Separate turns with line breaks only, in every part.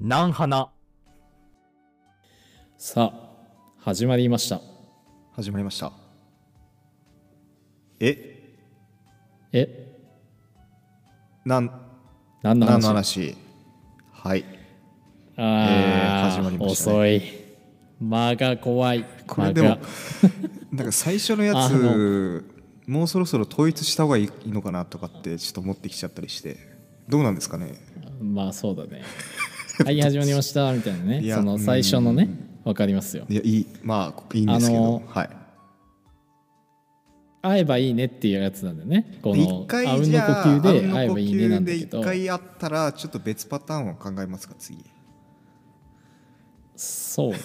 なんはな
さあ始まりました
始まりましたえ
え
なん
何の話
何の話はい
あー
えー始まりましたね
遅い間が怖い
これでも
間が
なんか最初のや
あ
つもうそろそろ統一した方がいいのかなとかってちょっと思ってきちゃったりしてどうなんですかね
まあそうだ ねはい始まりましたみたいなね
いや
その最初のねわかりますよ
いやいいまあいいんですけ
あ
ど、
の
はい
会えばいいねっていうやつなんだよねこの
一
あ
回
うん
じ
の呼
ゃああうん
吸
の呼吸
で
で
会えばいいねなんだけど
一回あったらちょっと別パターンを考えますか次
そうだね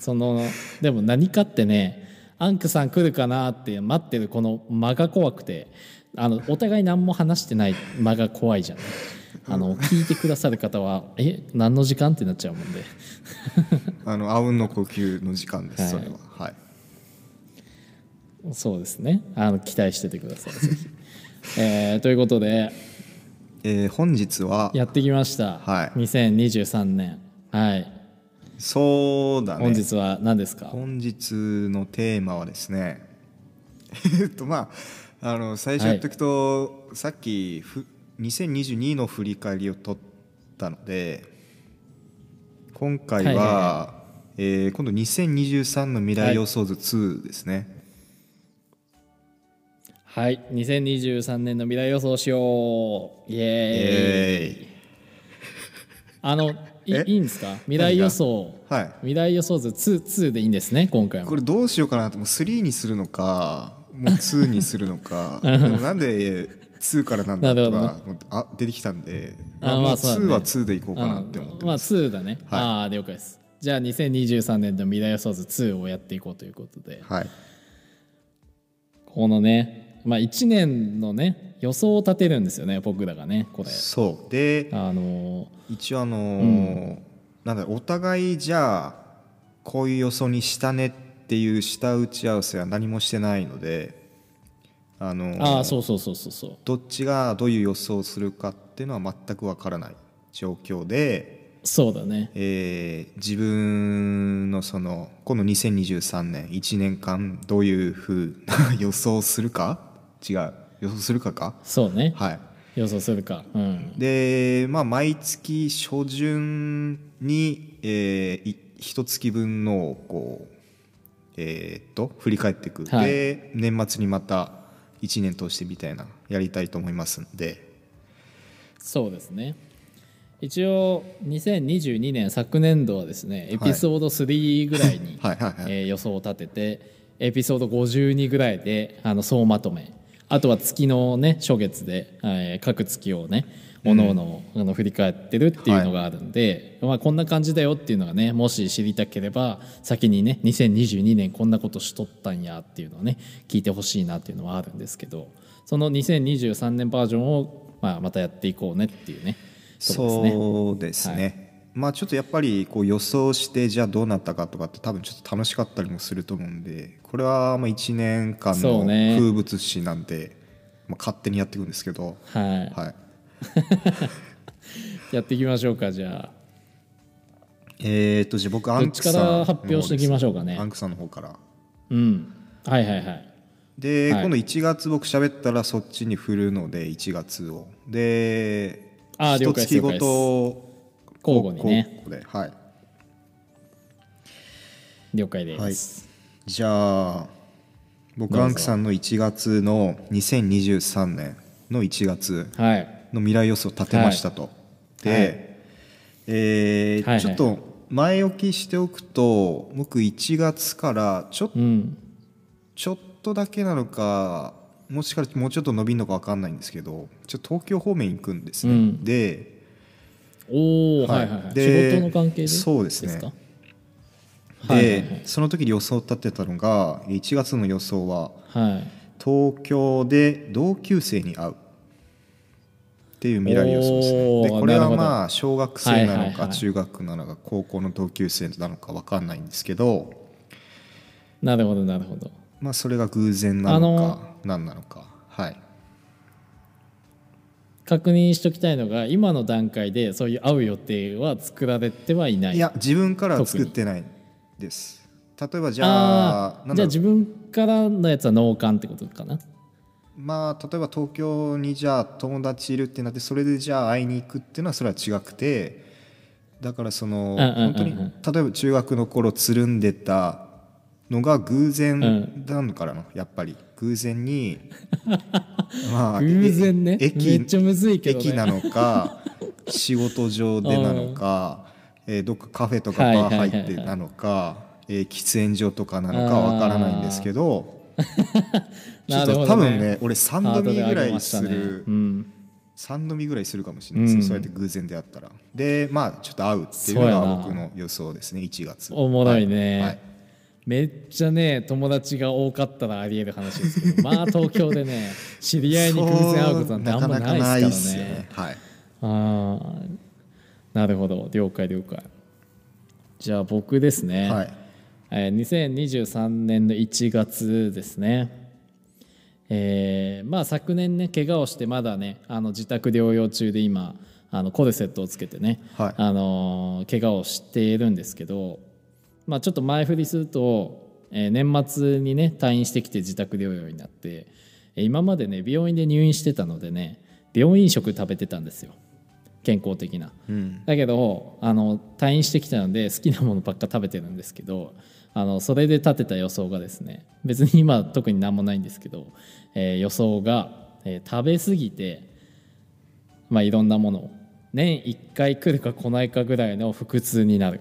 そのでも何かってねアンクさん来るかなって待ってるこの間が怖くてあのお互い何も話してない間が怖いじゃんあの聞いてくださる方は「え何の時間?」ってなっちゃうもんで
あのあうんの呼吸の時間です、それははい
そうですねあの期待しててくださいぜひ、えーということで
えー本日は
やってきました、
はい
2023年はい
そうだね
本日は何ですか
本日のテーマはですね えっとまああの最初言っとくと、さっきふ2022の振り返りを取ったので今回は、
はいは
えー今度2023の未来予想図2ですね、
はい2023年の未来予想しようイエーイ、
え
あのい
え
いいんですか未来予想、
ーはい
未来予想図 2, 2でいいんですね今回も
これどうしようかなともう3にするのかもう2にする のかでもなんで2からなんだとか
なるほ
もうあ出てきたんで
あまあ
もう
そうだね
2は2でいこうかなって思っ
あ
て
のまあ
ます、
2だね、
はい
ああ了解ですじゃあ2023年の未来予想図2をやっていこうということで、
はい
このね、まあ、1年のね予想を立てるんですよね僕らがねこれ
そうで
あの
一応あのーなんだろうお互いじゃあこういう予想にしたねっていう下打ち合わせは何もしてないのであのー
ああそうそうそうそうそう
どっちがどういう予想をするかっていうのは全くわからない状況で、
そうだね
えー自分のそのこの2023年1年間どういうふうな 予想をするか違う予想するかか
そうね
はい
予想するかうん
で、まあ、毎月初旬に、えー、い1月分のをこうえーっと振り返っていく、
はい
で年末にまた1年通してみたいなやりたいと思いますんで
そうですね一応2022年昨年度はですねエピソード3ぐらいに、
はいはいはい、
えー予想を立ててエピソード52ぐらいであの総まとめあとは月のね初月で、えー各月をねおのおのあの振り返ってるっていうのがあるんで、まあ、こんな感じだよっていうのがねもし知りたければ先にね2022年こんなことしとったんやっていうのをね聞いてほしいなっていうのはあるんですけどその2023年バージョンを、まあ、またやっていこうねっていうねとこですね
そうですね、まあちょっとやっぱりこう予想してじゃあどうなったかとかって多分ちょっと楽しかったりもすると思うんでこれはまあ1年間の
そうね
風物詩なんで、まあ、勝手にやっていくんですけど
はい、
はい
やっていきましょうかじゃあ
えー、とじゃあ僕アンクさん
どっちから発表していきましょうかね
アンクさんの方から
うんはいはいはい
で、
はい
今度1月僕喋ったらそっちに振るので1月をで
あー
一
了解です
月ごと
交互にね
こうこうではい
了解です、
じゃあ僕
どうぞ
アンクさんの1月の2023年の1月
はい
の未来予想を立てましたと、で、
はい
えー
はいはい
ちょっと前置きしておくと僕1月からちょっと
うん
ちょっとだけなのかもしかしてもうちょっと伸びるのか分かんないんですけどちょっと東京方面行くんですね、
うん
で
おお、は
はい
い、はいはい
で
仕事の関係で
そうですね
か
で、
はいはいはい
その時に予想を立てたのが1月の予想は
はい
東京で同級生に会うっていう未来予想です
お
ね
ー
でこれ
な
は
るほど
まあ小学生な
はい
の
はいは
か
い
中学なのか高校の同級生なのか分かんないんですけど、
なるほどなるほど
まあ、それが偶然なの
あの
か何なのかはい
確認しておきたいのが今の段階でそういう会う予定は作られてはいない
いや自分からは作ってないです例えばじゃあ
あーじゃあ自
分
分からのやつは脳幹ってことかな
まあ例えば東京にじゃあ友達いるってなってそれでじゃあ会いに行くっていうのはそれは違くてだからその
んうんうんうん
本当に例えば中学の頃つるんでたのが偶
うん
然なのからなやっぱり偶 然にま
偶然ね
え
めっちゃむずいけどね
駅な のか仕事上でなのか、えーどっかカフェとか
はい
バー
は
入
いはいはい
ってなのか、えー喫煙所とかなのかわからないんですけどちょ
な
っ
るほ
と
ど
多分ね俺3
ハ
度
ード
見
で
ぐ
上
ら
げま
い
した
す
ね
る、
うん、
3度見ぐらいするかもしれないですね、
うん
そうやって偶然であったらでまあちょっと会うっていう
そ
の
うや
が
な
僕の予想ですね1月
おもろいね、
はいはい
めっちゃね友達が多かったらありえる話ですけどまあ東京でね知り合いに偶然会うことなんてあんまないですからね
そうなかなかないっすよはい
ああなるほど了解了解じゃあ僕ですね、
はい
えー2023年の1月ですねえーまあ昨年ね怪我をしてまだねあの自宅療養中で今あのコルセットをつけてね、
はい
あのー怪我をしているんですけど、まあ、ちょっと前振りすると、えー年末にね退院してきて自宅療養になってえー今までね病院で入院してたのでね病院食食べてたんですよ健康的な。
うん
だけどあの退院してきたので好きなものばっか食べてるんですけどあのそれで立てた予想がですね別に今特に何もないんですけど、えー予想が、えー食べ過ぎて、まあ、いろんなものを年1回来るか来ないかぐらいの腹痛になる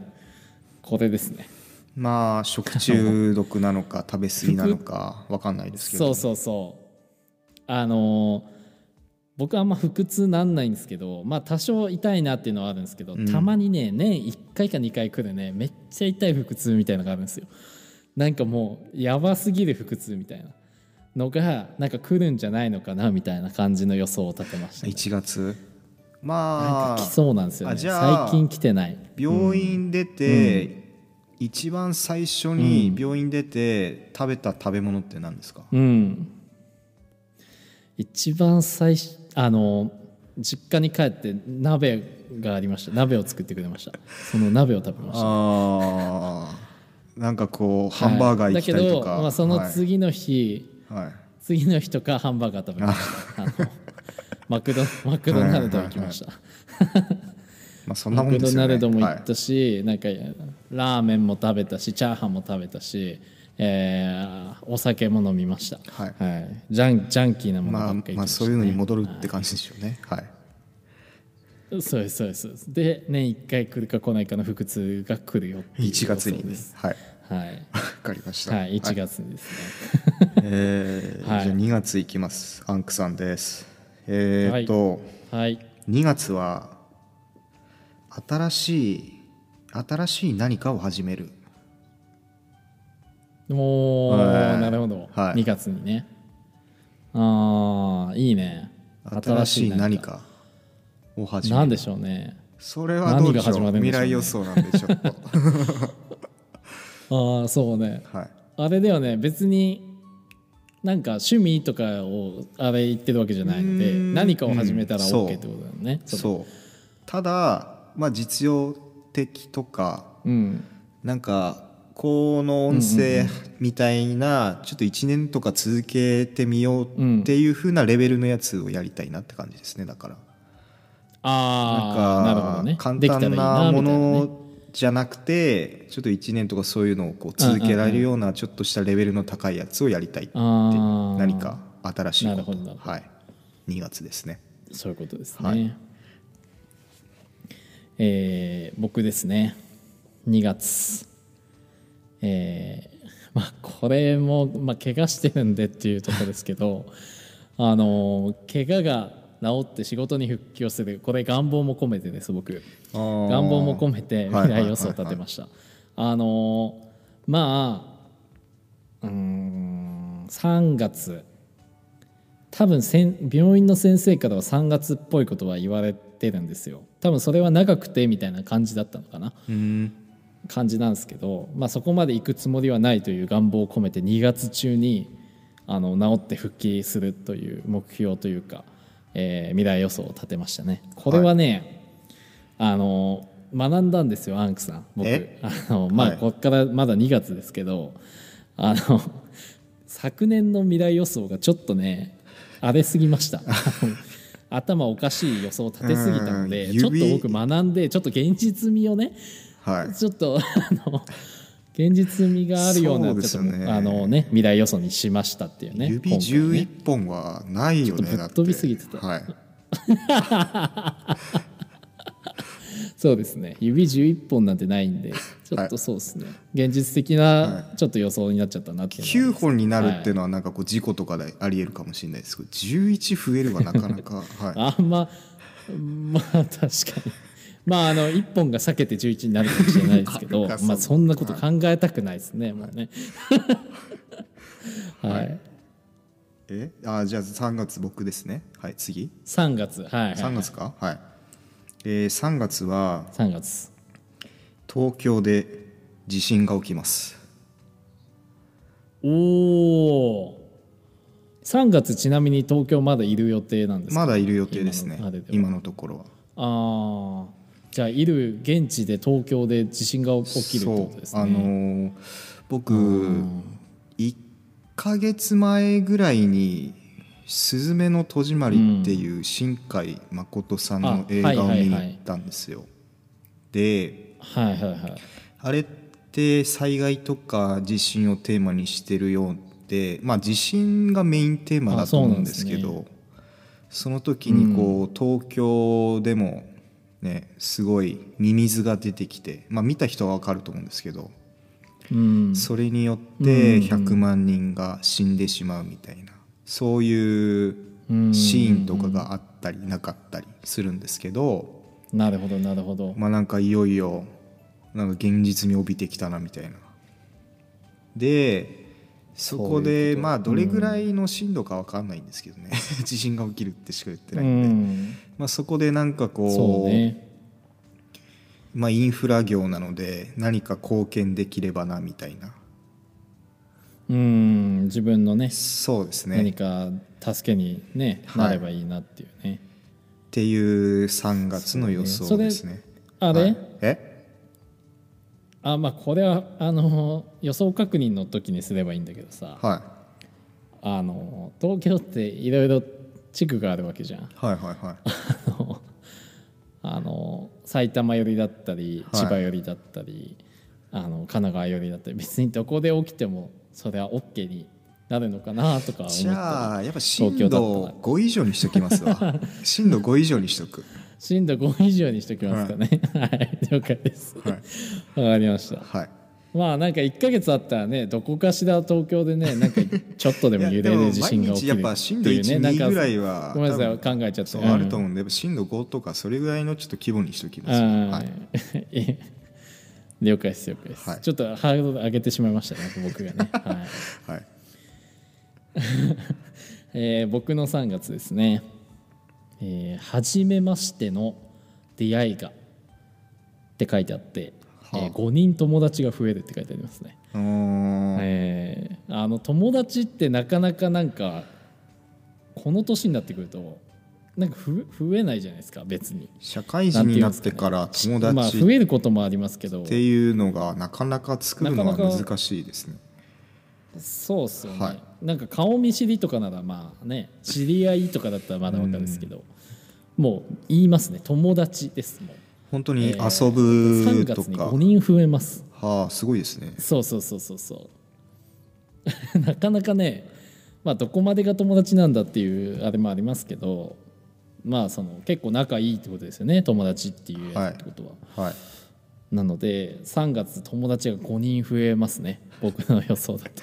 これですね
まあ食中毒なの か食べ過ぎなのかわかんないですけど
そうそうそうあのー僕はあんま腹痛なんないんですけどまあ多少痛いなっていうのはあるんですけど、
うん
たまにね年1回か2回来るねめっちゃ痛い腹痛みたいのがあるんですよなんかもうやばすぎる腹痛みたいなのがなんか来るんじゃないのかなみたいな感じの予想を立てましたね、
1月
な
ま
んか来
あ
そうなんですよね
あじゃあ
最近来てない
病院出て、一番最初に病院出て食べた食べ物って何ですか、
うん一番最初あの実家に帰って鍋がありました鍋を作ってくれましたその鍋を食べました
あーなんかこうハ
はい
ンバーガー行きたりと
だけ
か、
ど、まあ、その次の日、
はい、はい
次の日とかハンバーガー食べましたあのマクドマクドナルド行きました、
まあそんなもん
マクド
ですよ
ナ
ね
ルドも行ったし、なんかラーメンも食べたしチャーハンも食べたし、えーお酒も飲みました、
はい
ジャンジャンキーなものばっ
はい
かり
まあ、まあそういうのに戻るって感じでしょうねはい、
そうですそうですそうですで年1回来るか来ないかの腹痛が来るよっていう
1月に
そう
ね
です
はい
はい、
わかりました
はい、1月にですね、
えー
はい
じゃあ2月いきますアンクさんですえーっと、
はい
2月は新しい新しい何かを始める
もう、
はい
なるほど、
はい
2月にねああいいね
新しい何かを始める
なんでしょうね
それはどうでしょう
何が始まるんで
未
しょうね
来予想なんでちょっと
ああそうね
はい
あれだよね別になんか趣味とかをあれ言ってるわけじゃないので
うーん
何かを始めたら
うんそう
OK ってことだよねれ
そうただまあ実用的とか
うん
なんかこの音声みたいなちょっと1年とか続けてみようっていう風なレベルのやつをやりたいなって感じですねだから
ああなるほど
なん
ね
か簡
できたらいい
単な
なみた
も
いな、ね、
のじゃなくてちょっと1年とかそういうのをこう続けられるようなちょっとしたレベルの高いやつをやりたいって
あー
何か新しい
なるほ
こと
どなるほど
はい2月ですね
そういうことですね、
はい
えー僕ですね2月えー まあこれも、まあ、怪我してるんでっていうところですけど あの怪我が治って仕事に復帰をするこれ願望も込めてです僕
願
願望も込めて
はいは
未
い
来予想を立てました、あのーまあうーん3月多分せん病院の先生からは3月っぽいことは言われてるんですよ多分それは長くてみたいな感じだったのかな
うん
感じなんですけど、まあ、そこまで行くつもりはないという願望を込めて2月中にあの治って復帰するという目標というかえー未来予想を立てましたねこれはね、あの学んだんですよアンクさん僕
え
あのまあ、
はい
こっからまだ2月ですけどあの昨年の未来予想がちょっとね荒れすぎました 頭おかしい予想を立てすぎたので
うん
ちょっと
指
僕学んでちょっと現実味をね
はい
ちょっとあの現実味があるような
そうで
ち
す
ょ
よ
っと
ね
あのね未来予想にしましたっていうね
指
今回ね
11本はないよね
ちょっとぶっ
だって
飛びすぎてた
はい
そうですね指11本なんてないんでちょっとそうですね、現実的なちょっと予想になっちゃったなっていうのは
9本になるっていうのはなんかこう事故とかでありえるかもしれないですけど11増えるはなかなか は
あんままあ確かにまああの1本が避けて11になるかもしれないですけど
なんかそう
まあそんなこと考えたくないですね、もうね はい、
いえあじゃあ3月僕ですねはい次
3月はい、はい、
3月かはい、えー、3月は
3月
東京で地震が起きます
おお3月ちなみに東京まだいる予定なんですか
まだいる予定ですね
今のあ
今
れ
の
では
ところは
ああじゃあいる現地で東京で地震が起きるってことですね
そうあのー僕1ヶ月前ぐらいに「すずめの戸締まり」っていう新海誠さんの映画を見に行ったんですよ。で
はいはいはい
あれって災害とか地震をテーマにしてるようでまあ地震がメインテーマだと思うんですけ
あ
ど
そう
そ
なん
の時にこう、東京でもねすごいミミズが出てきてまあ見た人は分かると思うんですけど、
うん
それによっ
う
て
ん
100万人が死んでしまうみたいなそういう
うん
シーンとかがあったりなかったりするんですけど
なるほどなるほど、
まあなんかいよいよなんか現実味を帯びてきたなみたいな。でそこ
そうい
で
うこと
まあどれぐらいの震度かわかんないんですけど ね地震が起きるってしか言って
う
ないんで、
ん、
まあ、そこでなんか
そ
こ
う
う
ね
まあ、インフラ業なので何か貢献できればなみたいな
うん自分のね
そうですね
何か助けに、ね
はい
なればいいなっていうね、
っていう3月の予想ですね。
あれ、
はいえ
あまあこれはあの予想確認の時にすればいいんだけどさ、
は
あの東京っていろいろ地区があるわけじゃん
い、はいはいはい
あの埼玉寄りだったり
はい
千葉寄りだったり、あの神奈川寄りだったり別にどこで起きてもそれは OK になるのかなとか思
じ
った
ゃあやっぱ
東
震
京だ
度
ったら
5以上にしときますわ 震度5以上にしとく、
震度5以上にしときますかね はい、了解ですわ、
はい
かりました
はい、
まあなんか1か月あったらねどこかしら東京で ねなんかちょっとでも揺れる地震が起きる
いやでも毎日やっぱ震度1、
なん
2
か
ぐらいは
ごめんなさい考えちゃって
そうあると思うんでやっぱ震度5とかそれぐらいのちょっと規模にしときますわ
は
はい
い、 了解です了解です、
はい
ちょっとハードル上げてしまいましたね僕 がね、はい
はい
えー僕の3月ですね、えー初めましての出会いが」って書いてあって、
はあ
え5人友達が増えるって書いてありますね、
うーん
えーあの友達ってなかなかなんかこの年になってくるとなんかふ増えないじゃないですか別に。
社会人になってから友
まあ、
達
増
っ
えることもありますけど
ていうのがなかなか作るのは難しいですね
そうっすよね、
はい
なんか顔見知りとかならまあね知り合いとかだったらまだわかるんですけど、もう言いますね友達ですもう
本当に
えー
遊ぶ
3
と
月に
か、
5人増えます
はあすごいですね
そうそうそうそうそう なかなかねまあどこまでが友達なんだっていうあれもありますけどまあその結構仲いいってことですよね友達っていうやつってことは、
はい
なので3月友達が5人増えますね僕の予想だと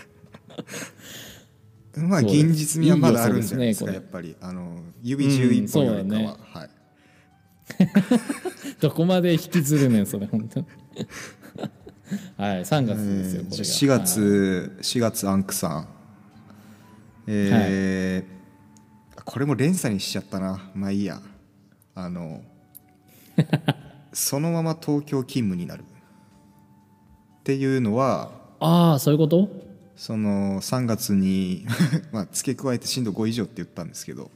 まあ
そうです
現実味はまだあるんじゃないですか
いい
や
予
っ
想
ぱりあの指11本よりかは、
うんそう
はい
どこまで引きずるねんそれ本当にはい3月
え
ですよ、
ー
これ
じ
が
ゃあ4月4月アンクさんえーこれも連鎖にしちゃったなまあいいや あのそのまま東京勤務になるっていうのは
ああそういうこと
その3月にまあ付け加えて震度5以上って言ったんですけど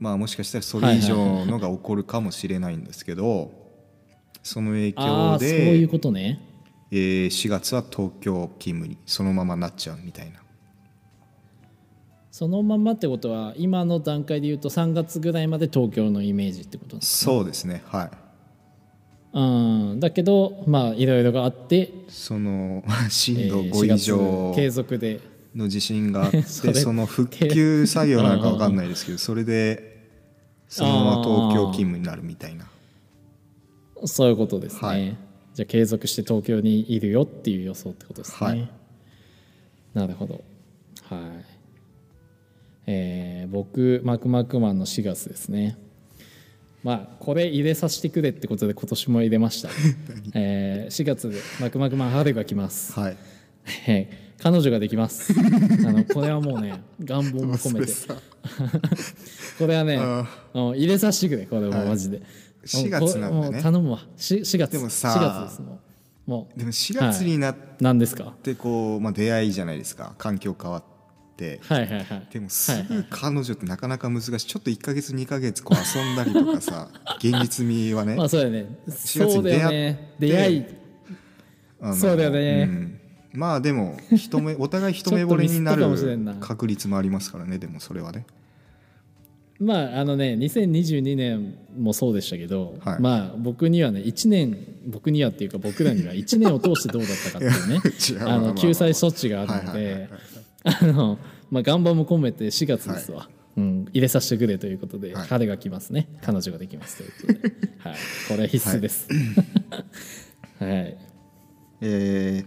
まあ、もしかしたらそれ以上のが起こるかもしれないんですけどその影
あ
響
あそういう
で、
ことね
えー4月は東京勤務にそのままなっちゃうみたいな
そのまんまってことは今の段階で言うと3月ぐらいまで東京のイメージってことなんです
そうですねはい
うんだけどまあいろいろがあって、
その
え
震度
ー
5以
4
上
月継続で
の地震があって
それ
その復旧作業なのか分かんないですけどそれでそのまま東京勤務になるみたいな
そういうことですね、
はい
じゃあ継続して東京にいるよっていう予想ってことですね、
はい
なるほどはいえー僕マクマクマンの4月ですねまあこれ入れさせてくれってことで今年も入れま した、えー4月でマクマクマン春が来ます
はい
えー彼女ができます あのこれはもうね願望も込めて
忘れて
これはね
あ
うん入れさせてくれこれは
はい
マジで、
4月なんだね
もうこれもう頼むわし4月
でもさ
4月ですもうもう
でも4月になっ
何ですか
てこう、まあ、出会いじゃないですか環境変わって
はいはいはい
でもす
はいはい
ぐ彼女ってなかなか難しいちょっと1ヶ月2ヶ月こう遊んだりとか さ現実味はね、
まあそうだよね
4月
そう
に
だ
出
よ
会っ
ね
て
出会い
あの
そうだよね
んまあでも 一目お互い一目惚れにな
ちょっとミスったかもしれんな
る確率もありますからねでもそれはね
まああのね2022年もそうでしたけど、
はい
まあ僕にはね1年僕にはっていうか僕らには1年を通してどうだったかっていうね
いや違う
あ
まあまあ
の
まあ
救済措置があるの
はいはいはい
で
は
あのまあ願望も込めて4月ですわ、うん、入れさせてくれということで、
はい
彼が来ますね彼女ができますというこ とで、はい、これは必須です、 はい、
えー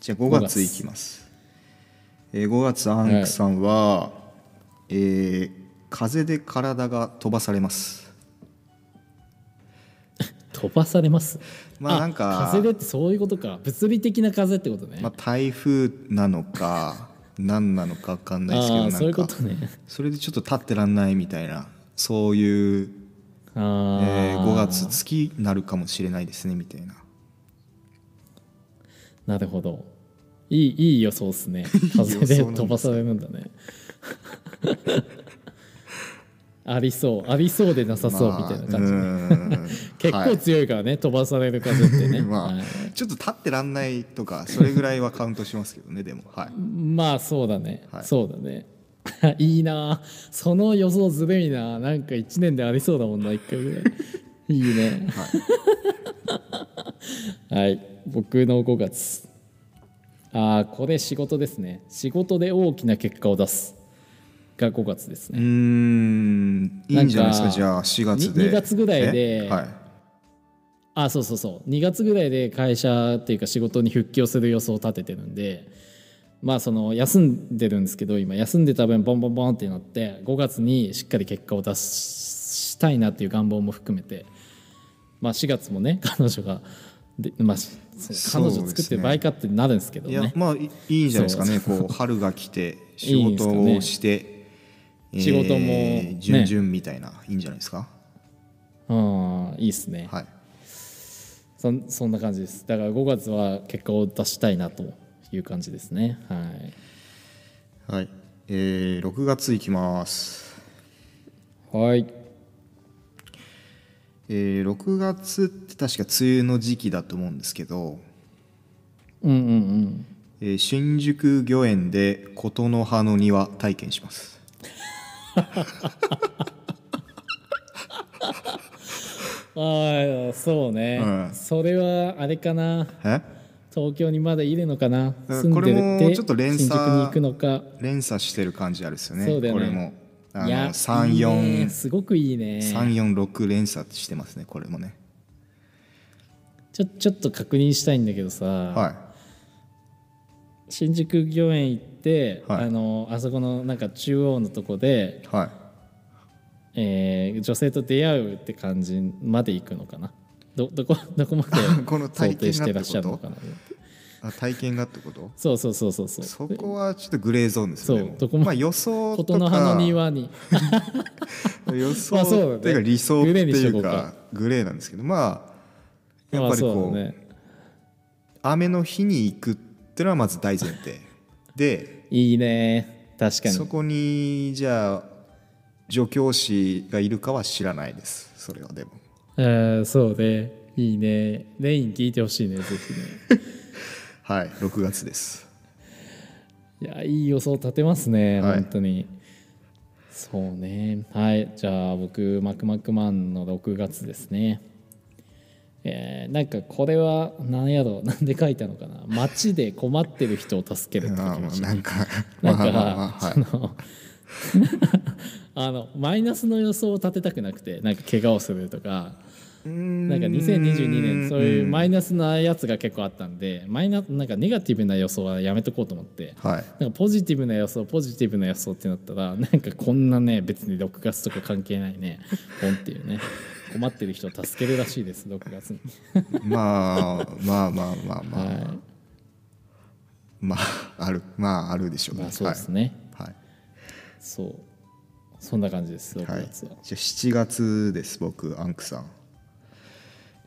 じゃあ5
月
月いきますえー、5月アンクさんは、えー風で体が飛ばされます
飛ばされます
まあなんか
風でってそういうことか物理的な風ってことね、
まあ、台風なのか 何なのか分かんないですけど
あ
な
あ
んか
そういうことね
それでちょっと立ってらんないみたいなそういう、え
ああ、
ー5月月になるかもしれないですねみたいな
なるほどいいいい予想です ね風で飛ばされるんだねありそうありそうでなさそうみたいな感じ、
じ
結構強いからね、飛ばされる風って ね
まあ
はい
ちょっと立ってらんないとかそれぐらいはカウントしますけどねでもはい
まあそうだね、
はい
そうだね いいなあその予想ずるいなあなんか1年でありそうだもんな1回ぐらいいいねはい、僕の5月ああこれ仕事ですね仕事で大きな結果を出すが5月です
う
ね
ーんいいんじゃないです
な
か
んか
じゃあ4月で
に2月ぐらいで
えはい
あそうそうそう2月ぐらいで会社っていうか仕事に復帰をする予想を立ててるんでまあその休んでるんですけど今休んでた分ボンボンボンってなって5月にしっかり結果を出ししたいなっていう願望も含めて、まあ、4月もね 彼女がで、まあ、そ
そう
彼
ですね
女作ってる場合かってなるんですけど
い
ね
やまあいいいいんじゃないですかねこう春が来て仕
いいんです
事
かね
をして
仕事も
え
ね
ー順々みたいないいんじゃないですか
うんいいですね、
はい
そんそんな感じですだから5月は結果を出したいなという感じですねはい
はいえー6月いきます
はい
えー6月って確か梅雨の時期だと思うんですけど
うんうんうん
えー新宿御苑で琴の葉の庭体験します
ああそうね、
うん
それはあれかな
え
東京にまだいるのかな
うん
住んでる
これ
っ
も
て
ちょっと連
新
鎖
宿に行くのか
連鎖してる感じあるですよね
そうだよね
これもあ
い
の
やいいね
34346
すごくいいね
連鎖してますねこれもね
ちょちょっと確認したいんだけどさ、
は
新宿御苑行って、
はい
あのあそこのなんか中央のとこで
い、はい
えー女性と出会うって感じまで行くのかなどどこどこまで
この体
想定
験
し
がってて
ら
こ
っしゃるの
と
かな
あ体験がってこと
そうそうそうそうそう
そこはちょっとグレーゾーンですよ
そう
ね
ど
で
こ
も
も
まあ予想と
琴
か
の葉の庭に
予
ま
想
あ
って
そうだね
いうか理想ってい
グレーにしとこう
う
か
かグレーなんですけどまあやっぱりこう,、
まあそうだね
雨の日に行くっていうのはまず大前提で
いいね確かに
そこにじゃあ助教師がいるかは知らないですそれはでも
えーそうねいいねレイン聞いてほしいねぜひね
はい6 月です
い やいい予想立てますね、
はい
本当にそうねはいじゃあ僕マクマクマンの6月ですねえーなんかこれは何やろなんで書いたのかな街で困ってる人を助けるって書
あ
きま
ー
した
なんか
なん
まあまあまあ
か、
はい
その あのマイナスの予想を立てたくなくてなんか怪我をするとかなんか2022年そういうマイナスなやつが結構あったんでマイナなんかネガティブな予想はやめとこうと思って
はい
なんかポジティブな予想ポジティブな予想ってなったらなんかこんなね別に6月とか関係ないねポンっていうね困ってる人を助けるらしいです6月に。
まあまあまあまあまあ、
はい
まああるまああるでしょうね、
まあそうですね、
はい、はい
そうそんな感じです6
はい、
月は。
じゃあ7月です僕アンクさん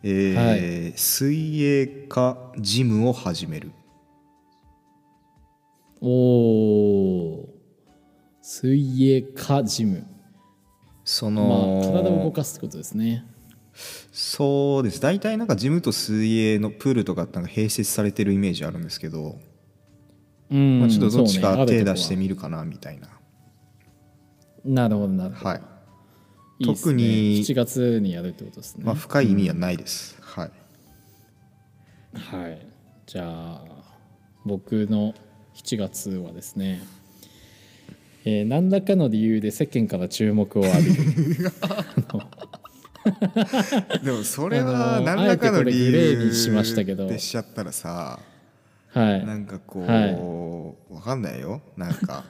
えー水泳かジムを始める
おお水泳かジム
そ
まあ
の、
体を動かすってことですね
そうです大体なんかジムと水泳のプールとかってなんか併設されてるイメージあるんですけど、
うん
まあ、ちょっとどっ
そ
ち
うね
か
ある
手
とこは
出してみるかなみたいな、
なるほどなるほど、
はい、
いいっすね
特に
7月にやるってことですね、
まあ、深い意味はないです、はい
はいじゃあ僕の7月はですねえー何らかの理由で世間から注目を浴び る
でもそれ
あ
は
の
何らかの理
あえてこれグレー
由
にしましたけど
でしちゃったらさ
はい
なんかこう、
は
わかんないよなん か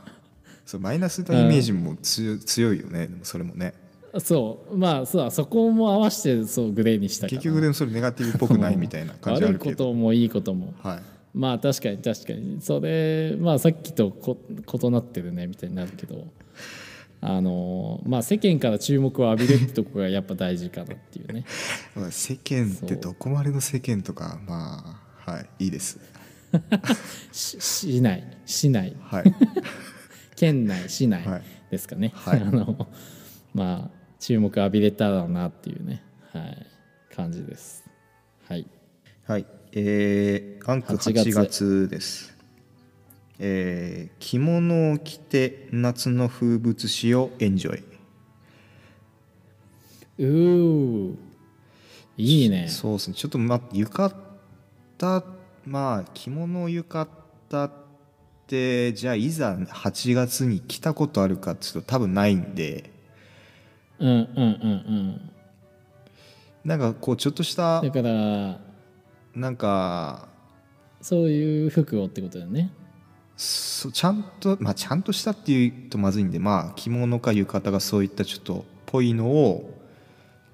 そうマイナスのイメージも強強いよねでもそれもね
そうまあそうそこも合わせてそうグレーにしたから
結局でもそれネガティブっぽくないみたいな感じあ
悪い
る
こ
けど
ともいいことも
はい
まあ確かに確かにそれまあさっきとこ異なってるねみたいになるけどあのまあ世間から注目を浴びるってとこがやっぱ大事かなっていうね
まあ世間ってどこまでの世間とかまあはいいいです
し市内市内
はい
県内市内
はい
ですかね、
はい
あのまあ注目浴びれたらなっていうねはい感じですはい
はいえー、アンク
8
8
月
月ですえー着物を着て夏の風物詩をエンジョイ
うーいいね
そうですねちょっとま浴衣まあ着物浴衣ってじゃあいざ8月に着たことあるかっつうと多分ないんで
うんうんうん
なんかこうちょっとし
う
た
んだから
なんか
そういう服をってことだよね
そうちゃんとまあちゃんとしたっていうとまずいんでまあ着物か浴衣がそういったちょっとぽいのを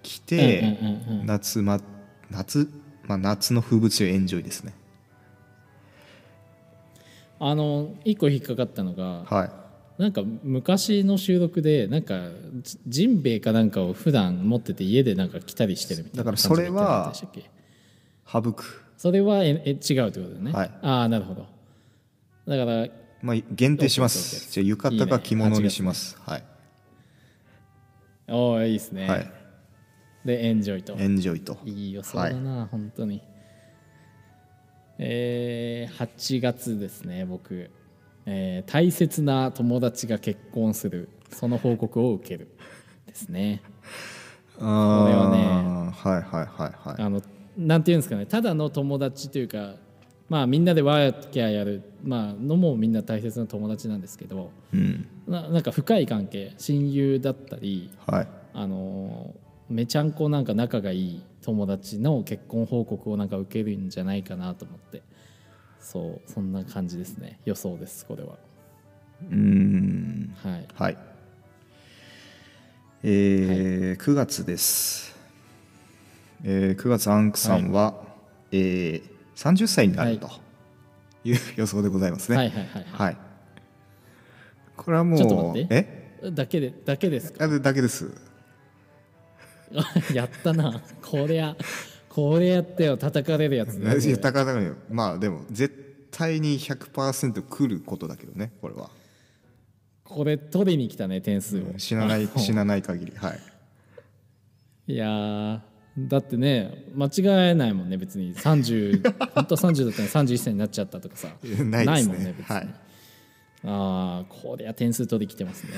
着て
うんうんうんうん
夏ま夏まあ夏の風物詩をエンジョイですね
あの一個引っかかったのが、
はい
なんか昔の収録でなんかジジンベエかなんかを普段持ってて家でなんか着たりしてるみたいな
だからそれは
感じみたいなのでしたっけ
省く
それはええ違うってことだよね、
はい
ああなるほどだから
まあ、限定しま
オッケーオッケ
す。じゃあ浴衣か着物にします。はい。
おおいいですね、
はい。
でエンジョイと
エンジョイと。
いい予想だな、本当にえー、8月ですね僕、えー大切な友達が結婚するその報告を受けるですね
ああ
れはね
ーはいはいはいはい。
あのなんていうんですかねただの友達というかまあみんなでワーキャーやる、まあのもみんな大切な友達なんですけど
うん。
ななんか深い関係親友だったり
はい。
あのめちゃんこなんか仲がいい友達の結婚報告をなんか受けるんじゃないかなと思ってそうそんな感じですね予想ですこれは
うーん。
はい
はい。えー9月です。えー、9月アンクさんは、えー、30歳になるという、予想でございますね。
は
はいい。
はいはいは
これはもう、
ちょっと待って
え
いだけでだけですか
あれだけです。
やったなこりゃこれやったよ叩かれるや つだ
な
よ
ぜ高田よまあでも絶対に100%来ることだけどねこれは
これ取りに来たね点数を、
死なない死なない限りはい
いやーだってね間違えないもんね別に30 本当は30だったのに31歳になっちゃったとかさ
ないですね
もんね別に、
はい
ああこりゃ点数取りきてますね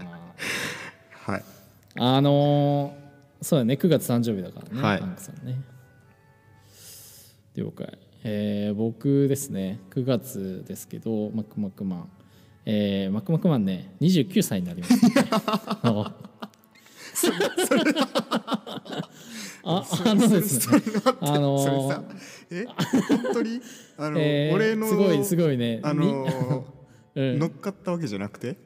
あ
はい
ーあのーそうだね9月誕生日だからね、
はい
パンクさんね了解えー僕ですね9月ですけどマクマクマンえー、マクマクマンね29歳になりました、 ね、あ ああのですねあのー
それさ え本当にあの、
えー
俺の
すごいすごいね
あの
にうん
乗っかったわけじゃなくて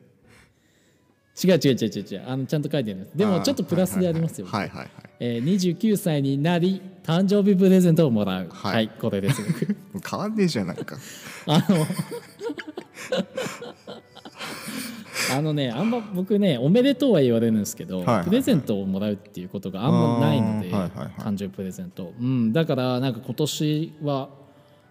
違う違う違う違う違うあのちゃんと書いてあるで
あ
も
ー
ちょっとプラスでありますよ、
はいはいはいはい
えー、29歳になり誕生日プレゼントをもらう
は
はいい、これ です僕
もう変わんねえじゃんなんか
あのあのねあんま僕ねおめでとうは言われるんですけど、
はいはい
プレゼントをもらうっていうことがあんまないので、
あーはいはいはい
誕生日プレゼント、うん、だからなんか今年は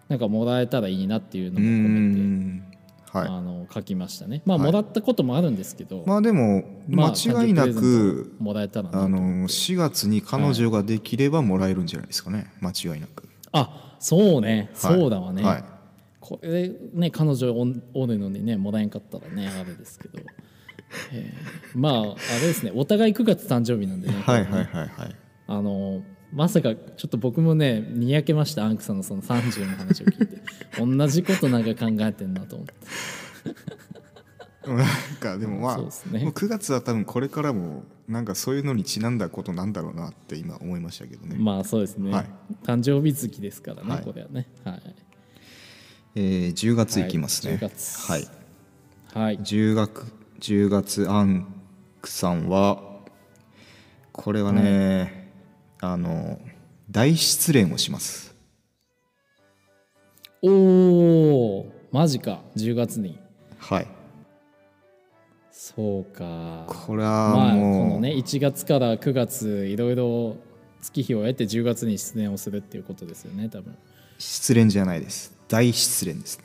なんかもらえたらいいなって いうの
うー
も込めて、
んはい
あの書きましたねまあ、
はい
もらったこともあるんですけど、
まあでも
ま
間
あ
違いな
誕生日プレゼ
く
ントもらえたらな
あの4月に彼女ができればもらえるんじゃないですかね間違いなく
あそうね、
はい
そうだわね、
はい
これね彼女おんおるのにねもらえんかったらねあれですけど、えーまああれですねお互い9月誕生日なんでね、
はいはいはいはい
あのまさかちょっと僕もねにやけましたアンクさんのその30の話を聞いて同じことなんか考えてんなと思って
でもなんかでもまあ
そう
もう
ですね
9月は多分これからもなんかそういうのにちなんだことなんだろうなって今思いましたけどね、
まあそうですね、
はい
誕生日月ですからね、
はい
これはねはい
えー10月いきますね、
はい10月
はい
はい
10月10月アンクさんはこれはね、あの大失恋をします
おおマジか10月に
はい
そうか
これは
まあこ
もう、
のね1月から9月いろいろ月日を得て10月に出演をするっていうことですよね多分
失恋じゃないです大失恋ですね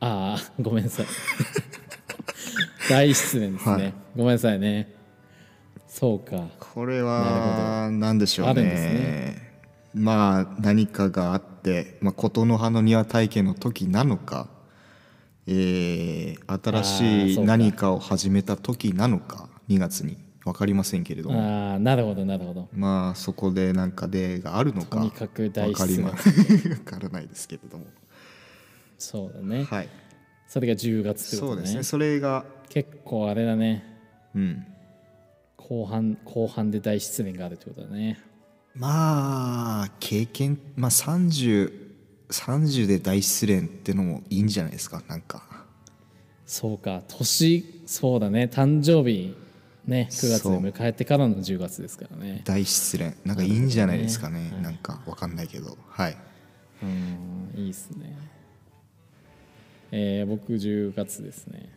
ああ ごめんなさい大失恋ですね、
はい
ごめんなさいねそうか
これは何でしょうね
あるんです
まあ何かがあって、まあ、琴の葉の庭体験の時なのか、えー新し
あー
い
そうか
何かを始めた時なのか2月に分かりませんけれども
ああなるほどなるほど
まあそこでなんか例があるのか
とにかく大
分か
失
り
恋
ま分からないですけれども
そうだね、
はい
それが10月って
そ
こと
うで
ね
すねそれが
結構あれだね
うん
後半後半で大失恋があるってことだね
まあ経験まあ3030で大失恋ってのもいいんじゃないですかなんか
そうか年そうだね誕生日ね9月に迎えてからの10月ですからね
大失恋なんかいいんじゃないですかねなんかわかんないけどはい
うんいいですねえー僕10月ですね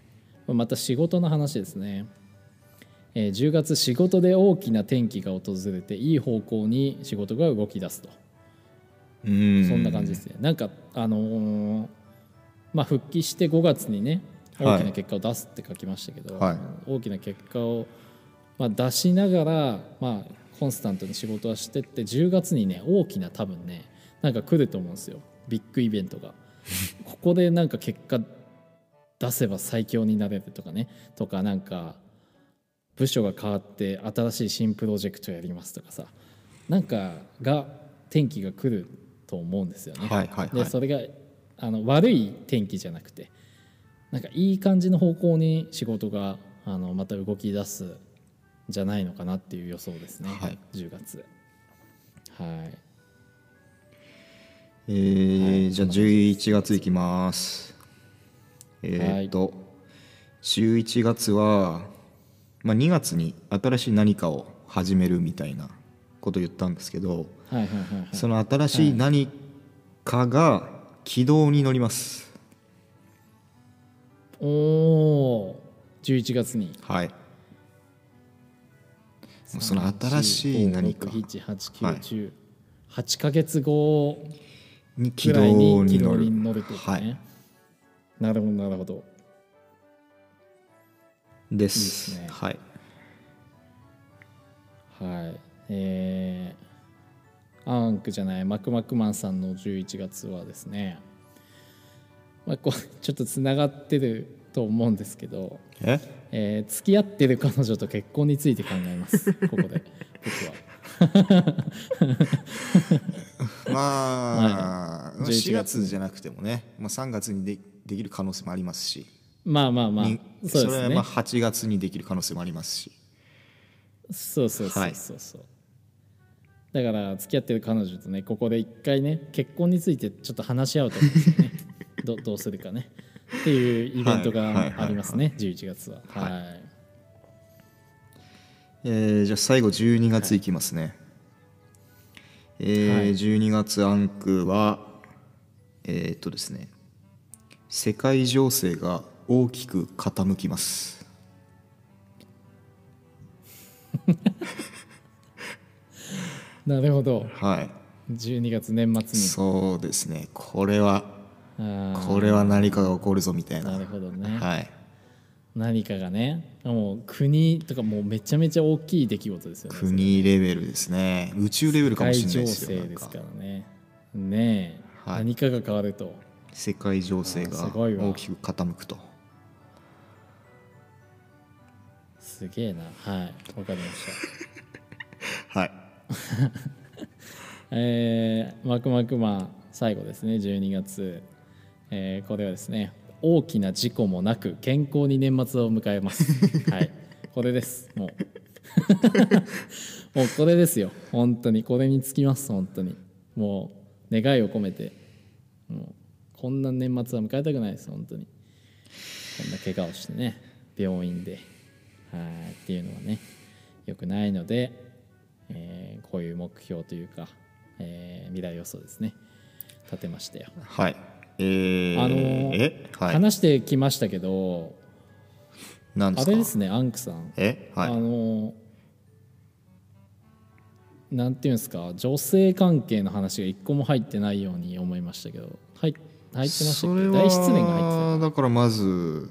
また仕事の話ですね、えー10月仕事で大きな転機が訪れていい方向に仕事が動き出すと
うん
そんな感じですねなんかあのーまあ復帰して5月にね
はい
大きな結果を出すって書きましたけど、
はい
大きな結果を、まあ、出しながら、まあ、コンスタントに仕事はしてって10月にね大きな多分ねなんか来ると思うんですよビッグイベント がここでなんか結果出せば最強になれるとかねとかなんか部署が変わって新しい新プロジェクトやりますとかさなんかが天気が来ると思うんですよね。
はいはいはい
でそれがあの悪い天気じゃなくてなんかいい感じの方向に仕事があのまた動き出すんじゃないのかなっていう予想ですね、
はい
10月。はい、
えーじゃあ11月いきますえーっと、11月は、まあ、2月に新しい何かを始めるみたいなこと言ったんですけど
はいはいはいはい
その新しい何かが軌道に乗ります
おお11月に
はいもうその新しい何かはい
18910 8ヶ月後
に
ぐ
軌
らいに
道に
軌
乗
道
る
に乗るというかね、
はい
なるほどなるほど
です
いいですね
はい
はいえーアンクじゃないマクマクマンさんの11月はですね、まあ、こう ちょっとつながってると思うんですけど、
え
えー付き合ってる彼女と結婚について考えますここで僕は。
まあ、
はい
4
11月
月じゃなくてもね、まあ、3月にでできる可能性もありますし、
まあまあまあ
に
そう
そ
で
れ
す
は
ね
まあ8月にできる可能性もありますし
そうそうそ
は
う
い
そうそう、だから付き合ってる彼女とねここで一回ね結婚についてちょっと話し合うと思うんですよ ねどどうするかねっていうイベント
はいはいはい
が
はい
ありますね、11月ははい、
えーじゃあ最後12月いきますね、えー
はい
12月アンクはえーっとですね世界情勢が大きく傾きます
なるほど
はい、
12月年末に
そうですねこれは
あー
これは何かが起こるぞみたいな
なるほどね、
はい
何かがねもう国とかもうめちゃめちゃ大きい出来事ですよね
国レベルですね宇宙レベルかもしれないですよ
世界情勢
なん
です
か
からねねえ、
はい
何かが変わると
世界情勢が
あーすごいわ
大きく傾くと
すげえなはいわかりました
はい
えー、マクマクマ最後ですね12月、えーこれはですね大きな事故もなく健康に年末を迎えますはいこれですもう もうこれですよ本当にこれにつきます本当にもう願いを込めてもうこんな年末は迎えたくないです本当にこんな怪我をしてね病院ではいっていうのはね良くないので、えーこういう目標というか、えー未来予想ですね立てましたよ、
はいえー、
あのー
えはい
話してきましたけど
何で
あ
すか
れですねアンクさん、
えは
あ
い
のなんていうんですか女性関係の話が一個も入ってないように思いましたけどはい入ってましたっ
そ
け
れは
大失恋が入って
だからまず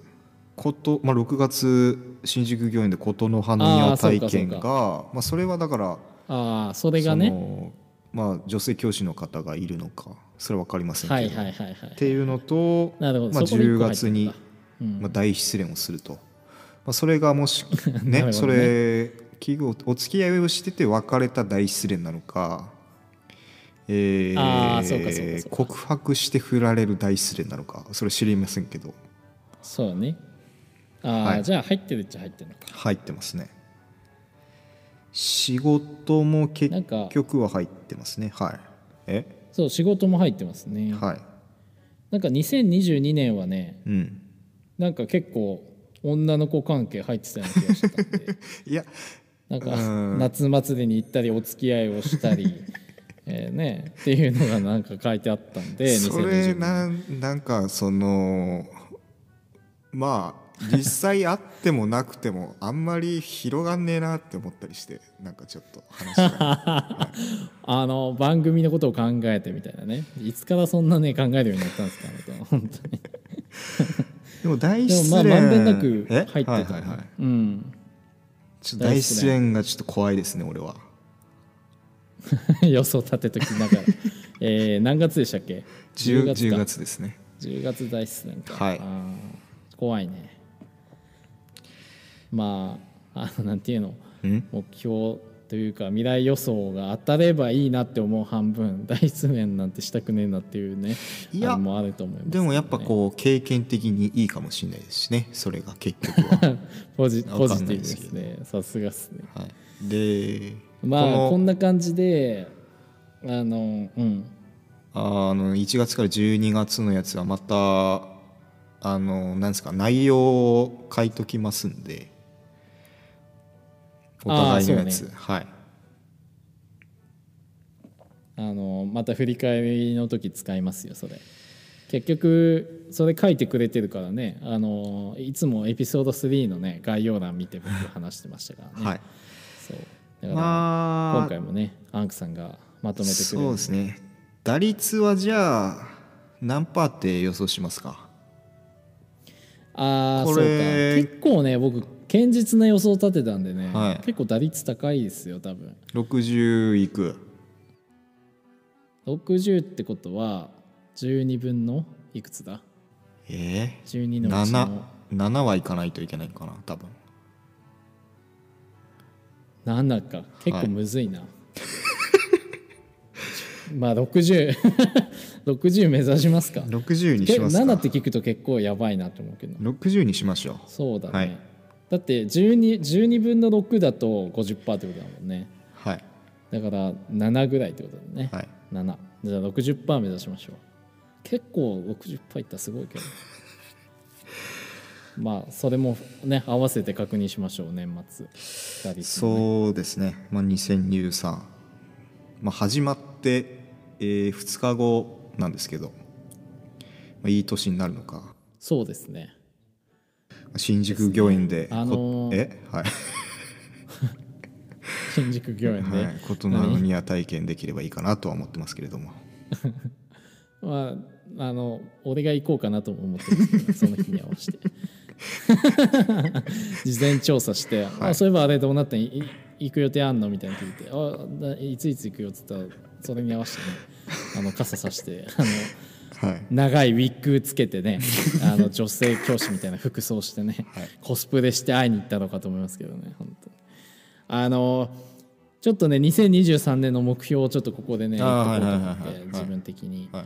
こと、まあ、6月新宿御苑で琴の花
あー
宮
そう
体
か
験
そう
がまあ、それはだから
たああそれがね
そのまあ、女性教師の方がいるのかそれは分かりませんけど、
はいはいはいはい
っていうのと、ま
な
あ、
るほどそこで一
10
個入って
月
るんだ
に、まあ、大失恋をすると、まあ、それが もしね
なるほ
そ
どね
れ器具をお付き合いをしてて別れた大失恋なのか、えー
あーそうかそうかそうか
告白して振られる大失恋なのかそれ知りませんけど
そうだねああ、
はい
じゃあ入ってるっちゃ入ってるのか
入ってますね仕事も結局は入ってますねはいえ
そう仕事も入ってますね、
はい
なんか2022年はね
うん
なんか結構女の子関係入ってたような気がしてたん で
いや
なんか
うん
夏祭りに行ったりお付き合いをした りえーねっていうのがなんか書いてあったんで
それ
2022
なんなんかそのまあ実際あってもなくてもあんまり広がんねえなって思ったりしてなんかちょっと話 が
あの番組のことを考えてみたいなねいつからそんなね考えるようになったんですかあなた本当に
でも大
でも
失
まあ
恋
まんべんなく入って
え
た、
はいはいはい
うん
ちょっと大失恋がちょっと怖いですね俺は
予想立てとき ながら、えー何月でしたっけ
10,
10
10
か
月ですね
10月大失恋か、
はい
あー怖いねまああのなんていうの
うん
目標というか未来予想が当たればいいなって思う半分大失恋なんてしたくねえなっていうね
いや
あれもあると思います
でもやっぱこう経験的にいいかもしれないですしねそれが結局 は、
ポジ
わ
ポ
かん
ジ
な
ティブ
いで
です
けど
すねさすがっすね
はい、で
まあこ
こ
ん
の
な感じであのうん
あの1月から12月のやつはまたあのなんですか内容を書いときますんでお互いのや
あーそ
つ、
う
はい
あのまた振り返りの時使いますよそれ結局それ書いてくれてるからねあのいつもエピソード3のね概要欄見て僕話してましたからね、
はい
そうだから、
まあ
今回もねアンクさんがまとめてくれ
そう
る
ですね打率はじゃあ何パーって予想しますか
ああそう
こ
か
れ
結構ね僕堅実な予想を立てたんでね、
はい
結構打率高いですよ多分
60いく
60ってことは12分のいくつだ
ええ
12のうち
7
の
7はいかないといけないかな多分
7か結
は
構
い
むずいな、 まあ6060 目指しますか
60に
け
しますか
7って聞くと結構やばいなと思うけど
60にしましょ
そうだね、
はい
だって 12, 12分の6だと50%ってことだもんね
うはい
だから7ぐらいってことだね、
はい
7じゃあ60%目指しましょう結構60%いったらすごいけど まあそれもね合わせて確認しましょう年末打率のね
そうですね、まあ、2023、まあ、始まって、え2日後なんですけど、まあ、いい年になるのか
そうですね
新宿御苑で
ねあのー
こえはい、
新宿御苑で、
はい、琴の宮体験できればいいかなとは思ってますけれども
まああの俺が行こうかなとも思ってますけどその日に合わ せて事前調査して、あそういえばあれどうなってんいい行く予定あんのみたいに聞いてあないついつ行くよっつったらそれに合わせてねあの傘さしてあの
はい
長いウィッグつけてね あの女性教師みたいな服装してね、
はい
コスプレして会いに行ったのかと思いますけどね本当にあのちょっとね2023年の目標をちょっとここでね
あー
言っとこうと思って
はいはいはいはい
自分的に、
はい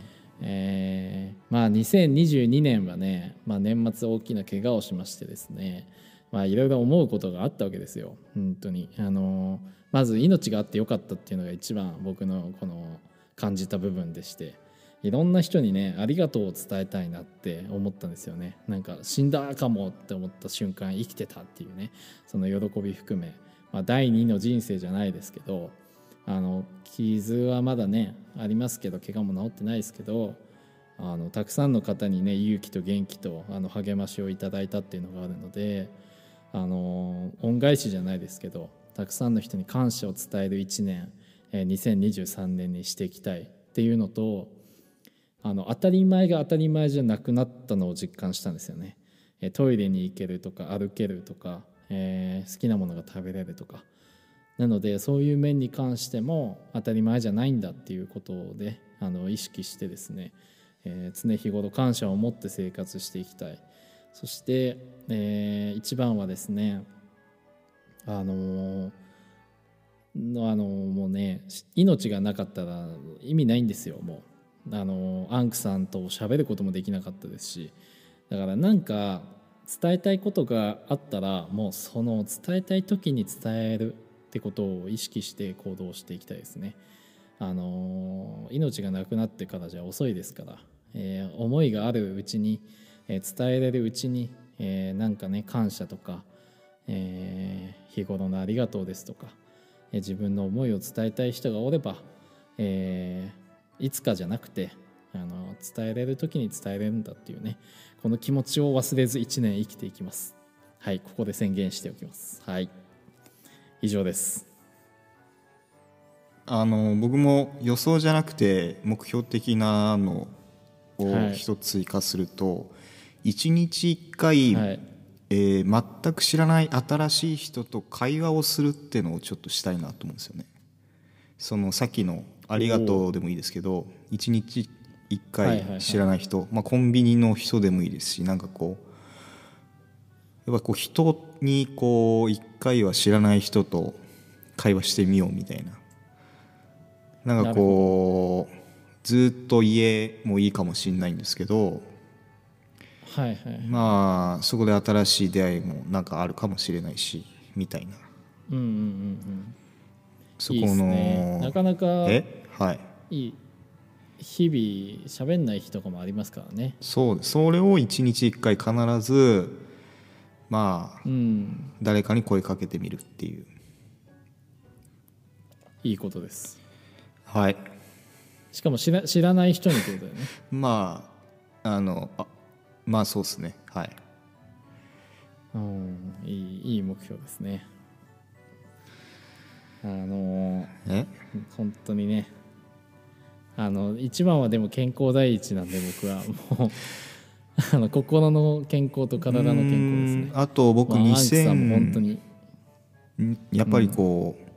えーまあ2022年はね、まあ、年末大きな怪我をしましてですねまあいろいろ思うことがあったわけですよ本当にあのまず命があってよかったっていうのが一番僕のこの感じた部分でしていろんな人にねありがとうを伝えたいなって思ったんですよねなんか死んだかもって思った瞬間生きてたっていうねその喜び含め、まあ、第二の人生じゃないですけどあの傷はまだねありますけど怪我も治ってないですけどあのたくさんの方にね勇気と元気とあの励ましをいただいたっていうのがあるのであの恩返しじゃないですけどたくさんの人に感謝を伝える1年、えー2023年にしていきたいっていうのとあの当たり前が当たり前じゃなくなったのを実感したんですよね。えートイレに行けるとか歩けるとか、えー好きなものが食べれるとかなのでそういう面に関しても当たり前じゃないんだっていうことであの意識してですね、えー常日頃感謝を持って生活していきたいそして、えー一番はですねあのーのあのーもうねし命がなかったら意味ないんですよもうあのーアンクさんと喋ることもできなかったですしだからなんか伝えたいことがあったらもうその伝えたい時に伝えるってことを意識して行動していきたいですね。あのー命がなくなってからじゃ遅いですから、えー思いがあるうちに、えー伝えれるうちに、えーなんかね感謝とか、えー日頃のありがとうですとか、えー自分の思いを伝えたい人がおれば、えーいつかじゃなくてあの伝えれる時に伝えれるんだっていうねこの気持ちを忘れず1年生きていきますはいここで宣言しておきますはい以上です
あの僕も予想じゃなくて目標的なの
は
を
い
一つ追加すると、一日一回、
はい
えー全く知らない新しい人と会話をするってのをちょっとしたいなと思うんですよね。そのさっきの「ありがとう」でもいいですけど一日一
はいはいは
回
い
知らない人、まあ、コンビニの人でもいいですしなんかこうやっぱこう人にこう一回は知らない人と会話してみようみたいななんかこうずっと家もいいかもしれないんですけど
はいはい
まあそこで新しい出会いもなんかあるかもしれないしみたいな
うんうんうんうん
そこ
いい
の
ですねなかなか
えはい
いい日々喋んない日とかもありますからね
そうそれを一日一回必ずまあ
うん
誰かに声かけてみるっていう
いいことです
はい
しかも知ら知らない人にってことだよね
まああのあまあそうですねはい
うんいいいい目標ですねあのー
え
本当にねあの一番はでも健康第一なんで僕はもう あの心の健康と体の健康ですね
うんあと僕
まあアンチさんも本当
2000
に
やっぱりこう、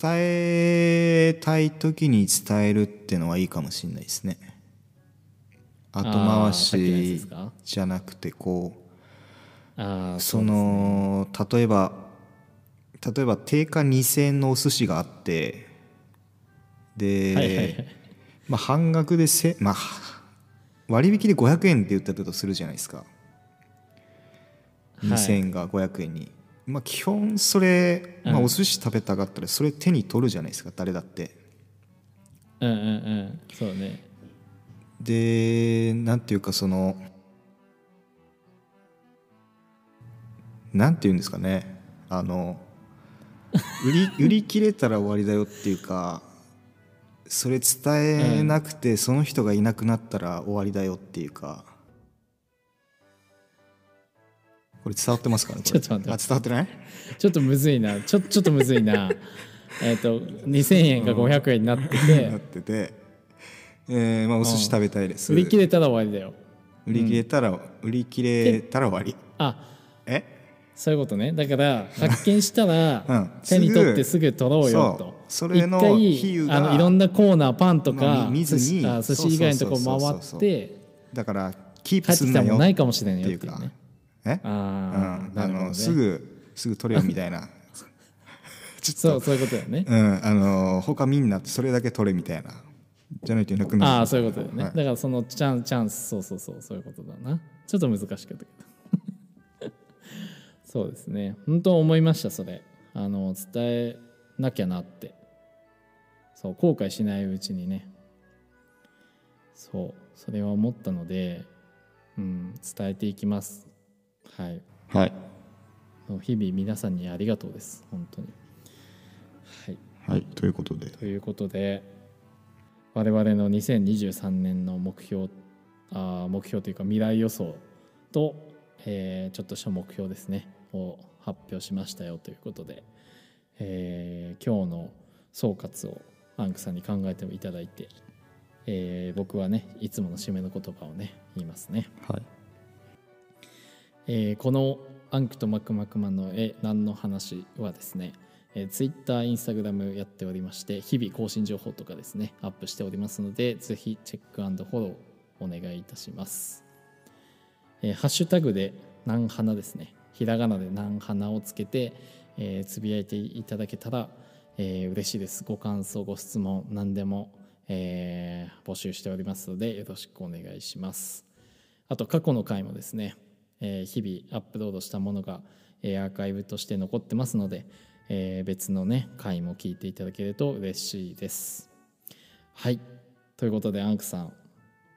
伝えたい時に伝えるってのはいいかもしれないですね後
あー
回
さっきのやつで
し
すか
じゃなくてこう
あー
その例えば例えば定価2,000円のお寿司があってで、
はいはいはい
まあ、半額でせ、まあ、割引で500円って言ってたとするじゃないですか
い
2,000円が500円に、まあ、基本それ、まあ、
うん
お寿司食べたかったらそれ手に取るじゃないですか誰だって
うんうんうんそうね
でなんていうかそのなんていうんですかねあ の売り売り切れたら終わりだよっていうかそれ伝えなくて、その人がいなくなったら終わりだよっていうかこれ伝わってますかねこれ
ちょっと待って
あ伝わってない
ちょっとむずいなちょちょっとむずいな えっと2000円が500円になってて
なってて、えーまあ、お寿司食べたいです
売り切れたら終わりだよ
売り切れたら、売り切れたら終わり
あ
え
そういうことねだから発見したら、
うん
手に取ってすぐ取ろうよと
そうそれの比喩
一回
が
あのいろんなコーナーパンとか、
まあみ見ずに
寿司あ寿司以外のとこ
そうそうそう
回
そ
っ
う
て
だからキー
帰っ
プ
て
す
き
ん
た
な
ら
よ
もうないかもしれ
っ
ない
て
よ
い
っ
う
ていう
か
ね
え
あー
うん
な
あ
るほど
の
ね
すぐすぐ取れよみたい な
そうそういうことだよね、
うんあの他みんなそれだけ取れみたいなじゃないといなくなる
ああそういうことだよね、
はい
だからそのチャンチャンスそうそうそうそういうことだなちょっと難しかったけど そうですね本当思いましたそれあの伝えなきゃなってそう後悔しないうちにねそうそれは思ったので、うん、伝えていきますはい
はい
日々皆さんにありがとうです本当にはい
はいということで
ということで我々の2023年の目標あー目標というか未来予想と、えーちょっとした目標ですねを発表しましたよということで、えー今日の総括をアンクさんに考えていただいて、えー僕はねいつもの締めの言葉をね言いますね。
はい
えーこの「アンクとマクマクマンの絵何の話」はですね、えー、Twitter、Instagram やっておりまして日々更新情報とかですねアップしておりますのでぜひチェックフォローお願いいたします、えーハッシュタグで「なん花」ですねひらがなで「なん花」をつけて、えーつぶやいていただけたら、えー嬉しいですご感想ご質問何でも、えー募集しておりますのでよろしくお願いしますあと過去の回もですね、えー日々アップロードしたものが、えーアーカイブとして残ってますので、えー別のね回も聞いていただけると嬉しいです。はいということでアンクさん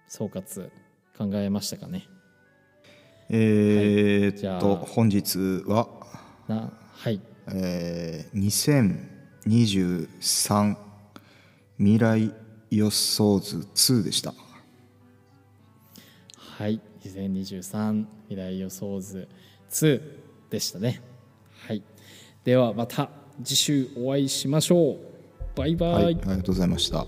総括考えましたかね
え
じ
ー
ゃ
っ
あ
と本日は
なはい
えー2023未来予想図2でした
はい2023未来予想図2でしたね。はいではまた次週お会いしましょう。バイバイ。
はい、ありがとうございました。